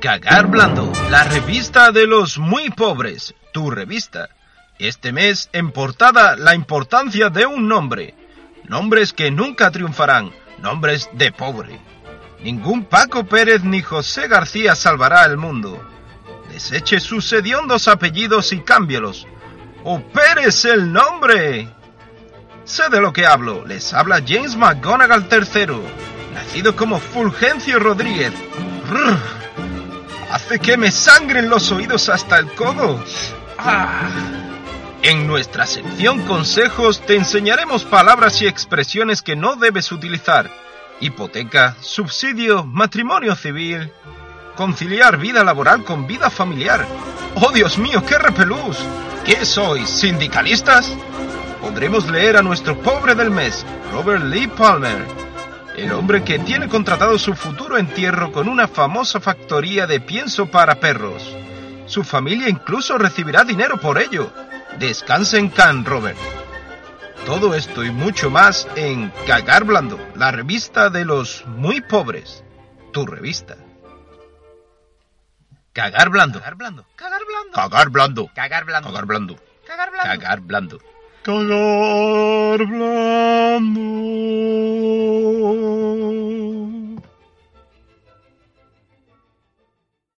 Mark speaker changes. Speaker 1: Cagar Blando, la revista de los muy pobres, tu revista. Este mes en portada la importancia de un nombre. Nombres que nunca triunfarán, nombres de pobre. Ningún Paco Pérez ni José García salvará el mundo. Deseche sus hediondos apellidos y cámbielos. ¡O Pérez el nombre! Sé de lo que hablo, les habla James McGonagall III, nacido como Fulgencio Rodríguez. Brr. Hace que me sangren los oídos hasta el codo. Ah. En nuestra sección Consejos te enseñaremos palabras y expresiones que no debes utilizar. Hipoteca, subsidio, matrimonio civil, conciliar vida laboral con vida familiar. ¡Oh, Dios mío, qué repelús! ¿Qué sois, sindicalistas? podremos leer a nuestro pobre del mes, Robert Lee Palmer, el hombre que tiene contratado su futuro entierro con una famosa factoría de pienso para perros. Su familia incluso recibirá dinero por ello. Descansa en Can, Robert. Todo esto y mucho más en Cagar Blando, la revista de los muy pobres. Tu revista. Cagar Blando. Cagar Blando. Cagar Blando. Cagar Blando. Cagar Blando. Cagar Blando. Cagar Blando. Cagar blando.
Speaker 2: Cagar blando.